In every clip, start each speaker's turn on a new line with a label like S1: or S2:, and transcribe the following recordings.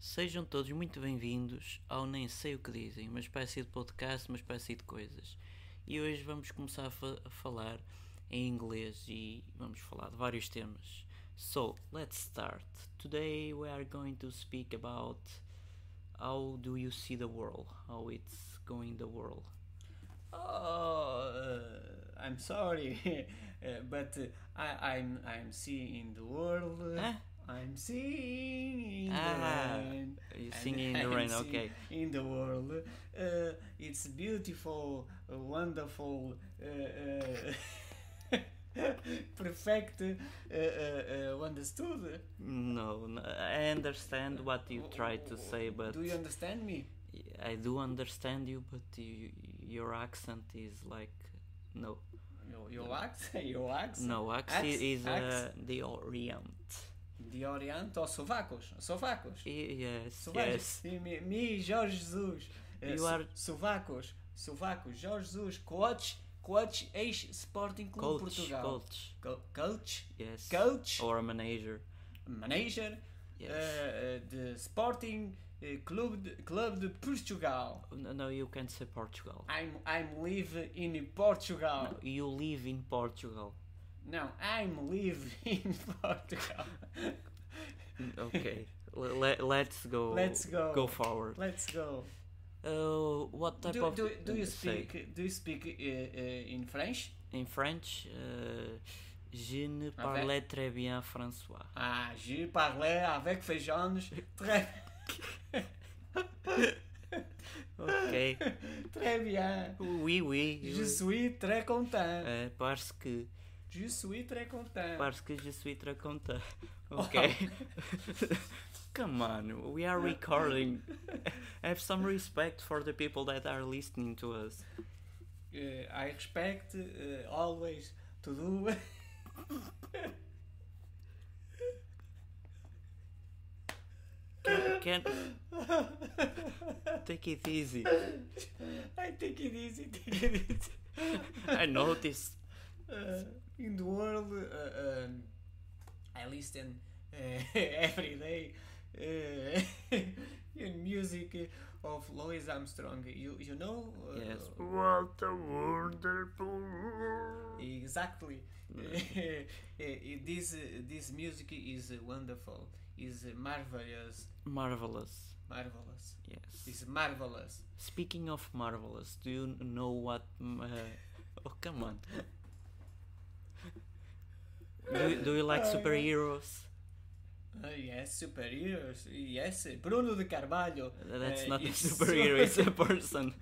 S1: Sejam todos muito bem-vindos ao Nem Sei O Que Dizem, uma espécie de podcast, uma espécie de coisas. E hoje vamos começar a, fa- a falar em inglês e vamos falar de vários temas. So, let's start. Today we are going to speak about how do you see the world, how it's going the world.
S2: Oh, uh, I'm sorry, uh, but uh, I, I'm I'm seeing the world. uh,
S1: Huh?
S2: I'm seeing in
S1: Ah,
S2: the rain.
S1: you're
S2: and
S1: singing in the
S2: I'm
S1: rain,
S2: seeing
S1: okay.
S2: In the world, uh, it's beautiful, uh, wonderful, uh, uh, perfect, uh, uh, uh, understood.
S1: No, no, I understand what you try to say, but
S2: do you understand me?
S1: I do understand you, but you, your accent is like no,
S2: Your your accent, your accent.
S1: no accent
S2: Axe-
S1: is uh,
S2: axe-
S1: the Orient.
S2: De Oriente aos sovacos, sovacos.
S1: I- yes,
S2: Sovacos.
S1: yes.
S2: E Mi, mi Jorge Jesus. Eh,
S1: You
S2: so-
S1: are-
S2: Sovacos. Sovacos. Jorge Jesus. Coach. Coach ex-Sporting Clube
S1: Coach,
S2: Portugal.
S1: coach,
S2: Co- coach.
S1: yes.
S2: Coach.
S1: or manager.
S2: Manager.
S1: Yes.
S2: eh, eh, de Sporting eh, Clube de, Clube de Portugal.
S1: No, no, you can say Portugal.
S2: I'm, I'm live in Portugal.
S1: No, you live in Portugal.
S2: No, I'm live in Portugal.
S1: Okay, le- le- let's go.
S2: Let's go.
S1: Go forward.
S2: Let's go.
S1: Uh, what type
S2: Do,
S1: of
S2: do, do you
S1: say,
S2: speak do you speak eh, eh, in French?
S1: in French? Uh, je ne parlais très bien François.
S2: Ah, je parlais avec Feijões très,
S1: Okay.
S2: très bien.
S1: oui, oui.
S2: Je
S1: oui.
S2: suis très content.
S1: Uh, parce que
S2: Je suis très content.
S1: parce que je suis très content. Okay. Come on, we are recording. Have some respect for the people that are listening to us.
S2: Eh, I respect eh, always to do.
S1: Can, can take it easy.
S2: I take it easy, take it easy.
S1: I noticed.
S2: Eh, in the world, eh, um, I listen eh, every day eh, in music of Louis Armstrong. You you know? eh,
S1: Yes.
S2: What a wonderful world. Exactly.
S1: é?
S2: Eh, eh, this eh, this music is eh, wonderful. Is eh, marvelous,
S1: Marvelous.
S2: marvelous.
S1: Yes.
S2: Is marvelous.
S1: Speaking of marvelous, do you know what? mm, Uh, oh come on. Do, you- do you like
S2: Oh, yeah.
S1: superheroes?
S2: Uh, yes, superheroes. Yes, eh, Bruno de Carvalho.
S1: That's
S2: eh,
S1: not a
S2: is
S1: superhero, it's
S2: super-
S1: a person.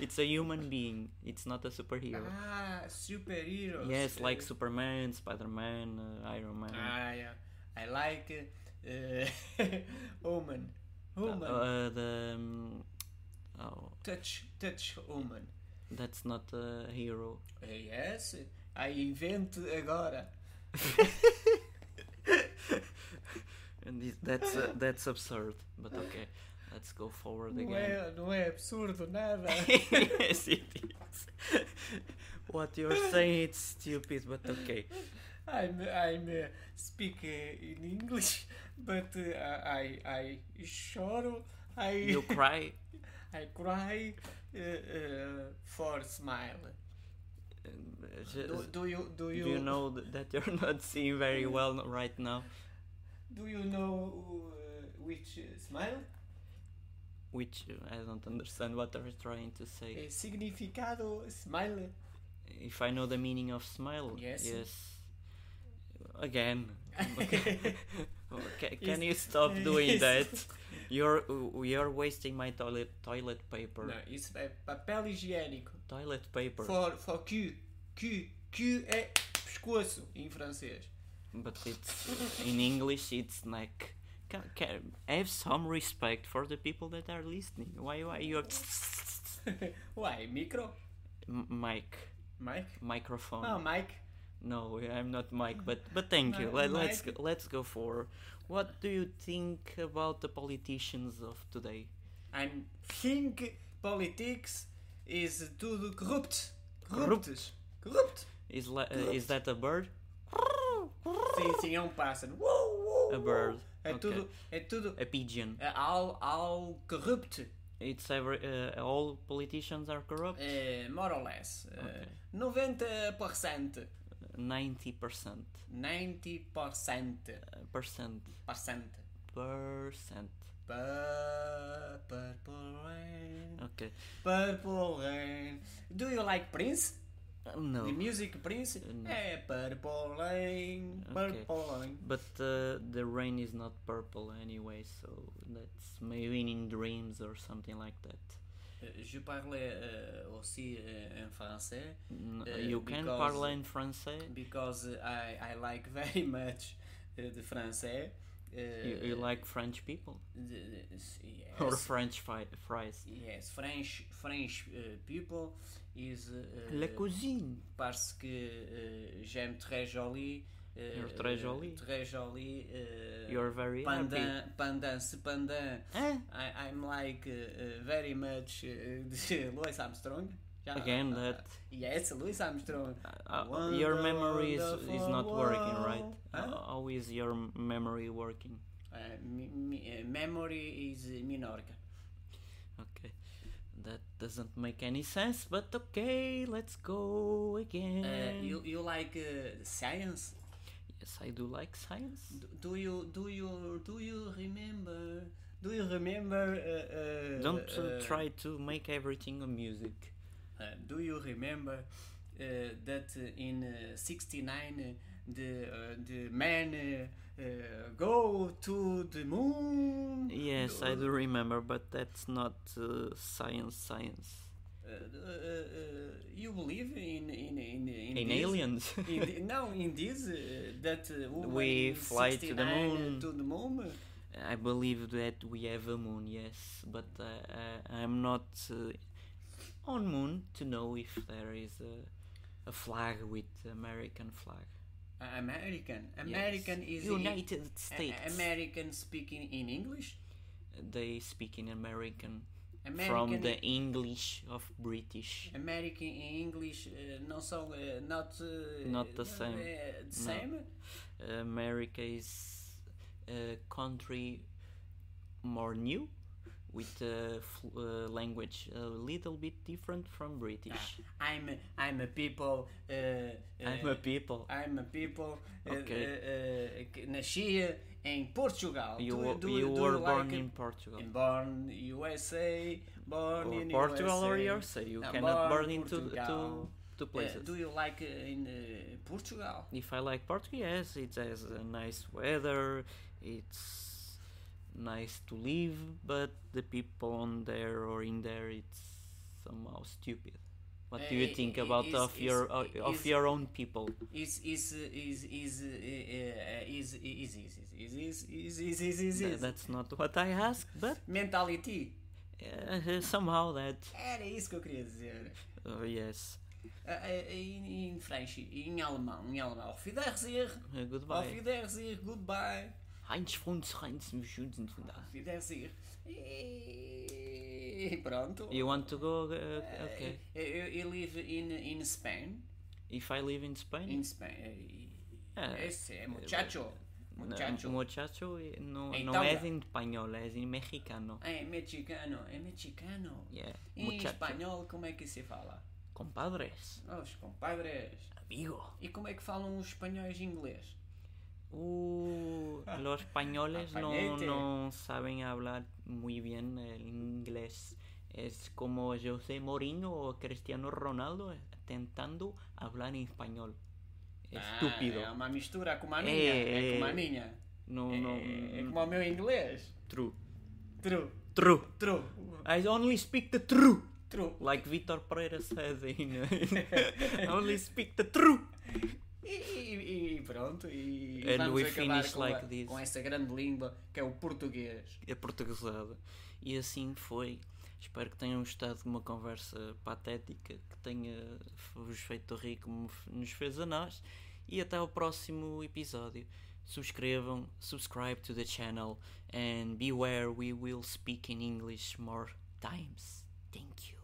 S1: It's a human being. It's not a superhero.
S2: Ah, superheroes.
S1: Yes, like
S2: Eh,
S1: Superman, Spider Man, uh, Iron Man.
S2: Ah, yeah. I like uh, Omen.
S1: Uh,
S2: Omen.
S1: uh, the. um, oh,
S2: touch, touch Omen.
S1: that's not a hero.
S2: Uh, yes, I invent agora.
S1: And this, that's uh, that's absurd, but okay. Let's go forward
S2: Não
S1: again.
S2: é, não é absurdo nada.
S1: yes, it is. what you're saying it's stupid, but okay.
S2: I'm, I'm uh, speak uh, in English, but uh, I, I choro. I,
S1: You cry.
S2: I cry uh, uh, for smile.
S1: and, uh, ju-
S2: Do, do you, do
S1: Do
S2: you,
S1: you know th- that you're not seeing very well right now?
S2: do you know uh, which uh, smile?
S1: Which uh, I don't understand what are you trying to say.
S2: Eh, significado smile.
S1: If I know the meaning of smile,
S2: Yes.
S1: Again. Okay. Okay, Can
S2: Is-
S1: you stop doing
S2: is-
S1: that? You're uh, you're wasting my toilet toilet paper.
S2: Não, isso é papel higiênico.
S1: Toilet paper.
S2: For, for Q. Q. Q é pescoço em francês.
S1: But it's in English. It's like can, can have some respect for the people that are listening. Why why you're
S2: Uai, micro?
S1: M- mic
S2: Mike?
S1: microphone.
S2: Ah, Mike.
S1: No, I'm not Mike, but but thank you.
S2: Uh,
S1: Let, let's go,
S2: Mike?
S1: let's go for. What do you think about the politicians of today?
S2: I think politics is tudo corrupt.
S1: Corrupt.
S2: Corruptos. Corrupt.
S1: Is la, uh, is that a bird?
S2: Sim, sim, é um pássaro. Uou, uou,
S1: a bird.
S2: É
S1: Okay.
S2: tudo. É tudo.
S1: A pigeon.
S2: É all, all corrupt.
S1: It's every, uh, all politicians are corrupt.
S2: É, Eh, more or less. É, 90%.
S1: 90%.
S2: 90%.
S1: Uh, Percent.
S2: Percent.
S1: Percent.
S2: Pu- Purple Rain.
S1: Ok.
S2: Purple Rain. Do you like Prince?
S1: Uh,
S2: The
S1: No.
S2: music Prince? É Purple Rain.
S1: Okay.
S2: Purple Rain.
S1: But uh, the rain is not purple anyway, so that's maybe in dreams or something like that.
S2: Euh, Je parlais euh, aussi euh, en français
S1: N-
S2: Uh,
S1: you can
S2: because-
S1: parle in français.
S2: because I, I like very much uh, the français. Uh,
S1: You, you like French people
S2: the- the- s-
S1: or
S2: yes, Uh,
S1: French fi- fries?
S2: yes, French French uh, people is uh,
S1: La cuisine.
S2: parce que uh, j'aime très joli. uh,
S1: You're très joli.
S2: Très joli. uh,
S1: You're very happy.
S2: pendant, pendant, cependant,
S1: Eh?
S2: I, I'm like uh, uh, very much uh, Louis Armstrong. Já-
S1: Again,
S2: uh,
S1: that
S2: Yes, Louis Armstrong.
S1: uh, your memory is, is not working, right?
S2: Huh?
S1: Uh, how is your m- memory working?
S2: Uh, me- me- uh, memory is uh, minorca.
S1: Okay, that doesn't make any sense. But okay, let's go again.
S2: Uh, you you like uh, science?
S1: Yes, I do like science.
S2: Do, do you do you do you remember? Do you remember? Uh, uh,
S1: Don't uh,
S2: uh,
S1: try to make everything a music.
S2: Uh, do you remember uh, that uh, in uh, '69 uh, the uh, the man uh, uh, go to the moon? Uh,
S1: Yes, I do remember, but that's not uh, science. Science
S2: Uh, uh, uh, you believe in in in in,
S1: in
S2: this?
S1: aliens.
S2: in the, no, in this uh, that uh, woman
S1: We
S2: in
S1: fly to the
S2: 69, uh,
S1: moon.
S2: To the moon.
S1: I believe that we have a moon, yes, but uh, uh, I'm not uh, on moon to know if there is a, a flag with American flag.
S2: Uh, American,
S1: Yes.
S2: American is
S1: United
S2: a-
S1: States.
S2: American speaking in English.
S1: they speak in American,
S2: American,
S1: from the English of British.
S2: American in English, uh, no so uh, not uh,
S1: Not the same.
S2: Uh, the same.
S1: America is a country more new. With a fl- uh, language a little bit different from British.
S2: I'm I'm a people. Uh, uh,
S1: I'm a people.
S2: I'm a people. Uh,
S1: Okay.
S2: uh, uh, que nasci em Portugal.
S1: You,
S2: do,
S1: wa-
S2: do,
S1: you
S2: do
S1: were
S2: like
S1: born
S2: it?
S1: in Portugal.
S2: In born USA, born
S1: or
S2: in
S1: Portugal
S2: USA.
S1: or USA. You
S2: Uh,
S1: cannot
S2: born
S1: burn into two,
S2: Portugal.
S1: two
S2: Uh,
S1: places.
S2: do you like uh, in uh, Portugal?
S1: if I like Portugal, yes, it has a nice weather, it's nice to live, but the people on there or in there, it's somehow stupid. What do you
S2: Uh,
S1: think
S2: i- i-
S1: about
S2: is-
S1: of your
S2: is-
S1: of
S2: is-
S1: your own people?
S2: Is is uh, is is uh, uh, is is is is is is is is is
S1: Th-
S2: is
S1: That's not what I asked, but
S2: mentality?
S1: uh, somehow that
S2: Era isso que eu queria dizer.
S1: uh, yes.
S2: Uh, uh, em, em French, em alemão, em alemão. Auf Wiedersehen,
S1: Uh,
S2: auf
S1: goodbye.
S2: Wiedersehen, goodbye,
S1: Heinz Funz, Heinz Mschudzen von da.
S2: auf Wiedersehen. E pronto. Eh,
S1: You want to go? Uh, okay.
S2: Eu, eu, eu live in in Spain.
S1: If I live in Spain,
S2: In Spain. Eh,
S1: Ah,
S2: Esse é muchacho.
S1: No,
S2: Muchacho.
S1: Muchacho eh, no,
S2: En
S1: no
S2: tabla.
S1: es en español, es en mexicano.
S2: É mexicano, é mexicano.
S1: Yeah.
S2: Em
S1: Muchacho.
S2: espanhol, como é que se fala? Oh,
S1: Compadres,
S2: Os compadres.
S1: amigo.
S2: E como é que falam os espanhóis inglés?
S1: Uh, los españoles no,
S2: Apañete.
S1: no saben hablar muy bien el inglés. Es como José Mourinho o Cristiano Ronaldo tentando hablar en español. Estúpido.
S2: Ah, é uma mistura com a minha.
S1: É,
S2: É, como a
S1: é.
S2: minha.
S1: no,
S2: É,
S1: no.
S2: é
S1: mm,
S2: como o meu inglês.
S1: True.
S2: True.
S1: True.
S2: True.
S1: I only speak the true.
S2: True.
S1: Like Vitor Pereira says in, I only speak the truth.
S2: E, e- e pronto. E
S1: And
S2: vamos
S1: we
S2: acabar
S1: finish
S2: com,
S1: like
S2: a,
S1: this.
S2: com essa grande língua que é o português.
S1: É portuguesada. E assim foi. Espero que tenham gostado de uma conversa patética que tenha vos feito rir como f- nos fez a nós. E até ao próximo episódio. Subscrevam, subscribe to the channel and beware we will speak in English more times. Thank you.